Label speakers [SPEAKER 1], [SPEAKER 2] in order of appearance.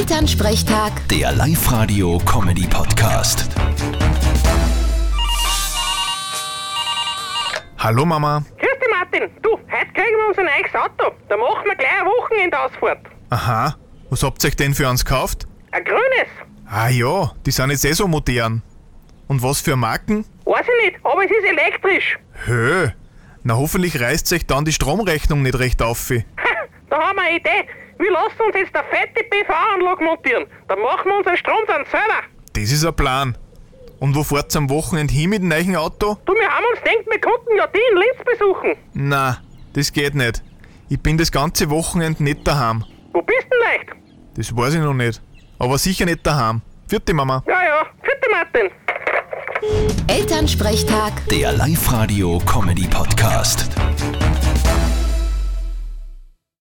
[SPEAKER 1] Elternsprechtag,
[SPEAKER 2] Der Live-Radio-Comedy-Podcast.
[SPEAKER 3] Hallo Mama.
[SPEAKER 4] Grüß dich, Martin. Du, heute kriegen wir unser neues Auto. Da machen wir gleich eine Wochenendausfahrt.
[SPEAKER 3] Aha, was habt ihr euch denn für uns gekauft?
[SPEAKER 4] Ein grünes.
[SPEAKER 3] Ah ja, die sind jetzt eh so modern. Und was für Marken?
[SPEAKER 4] Weiß ich nicht, aber es ist elektrisch.
[SPEAKER 3] Hö, na hoffentlich reißt euch dann die Stromrechnung nicht recht auf.
[SPEAKER 4] Ha, da haben wir eine Idee. Wir lassen uns jetzt eine fette PV-Anlage montieren. Dann machen wir unseren Strom dann selber.
[SPEAKER 3] Das ist ein Plan. Und wo fahrt's am Wochenende hin mit dem neuen Auto?
[SPEAKER 4] Du, wir haben uns gedacht, wir konnten ja die in Linz besuchen.
[SPEAKER 3] Na, das geht nicht. Ich bin das ganze Wochenende nicht daheim.
[SPEAKER 4] Wo bist denn leicht?
[SPEAKER 3] Das weiß ich noch nicht. Aber sicher nicht daheim. Vierte Mama.
[SPEAKER 4] Ja, ja. Grüß dich, Martin.
[SPEAKER 1] Elternsprechtag.
[SPEAKER 2] Der Live-Radio-Comedy-Podcast.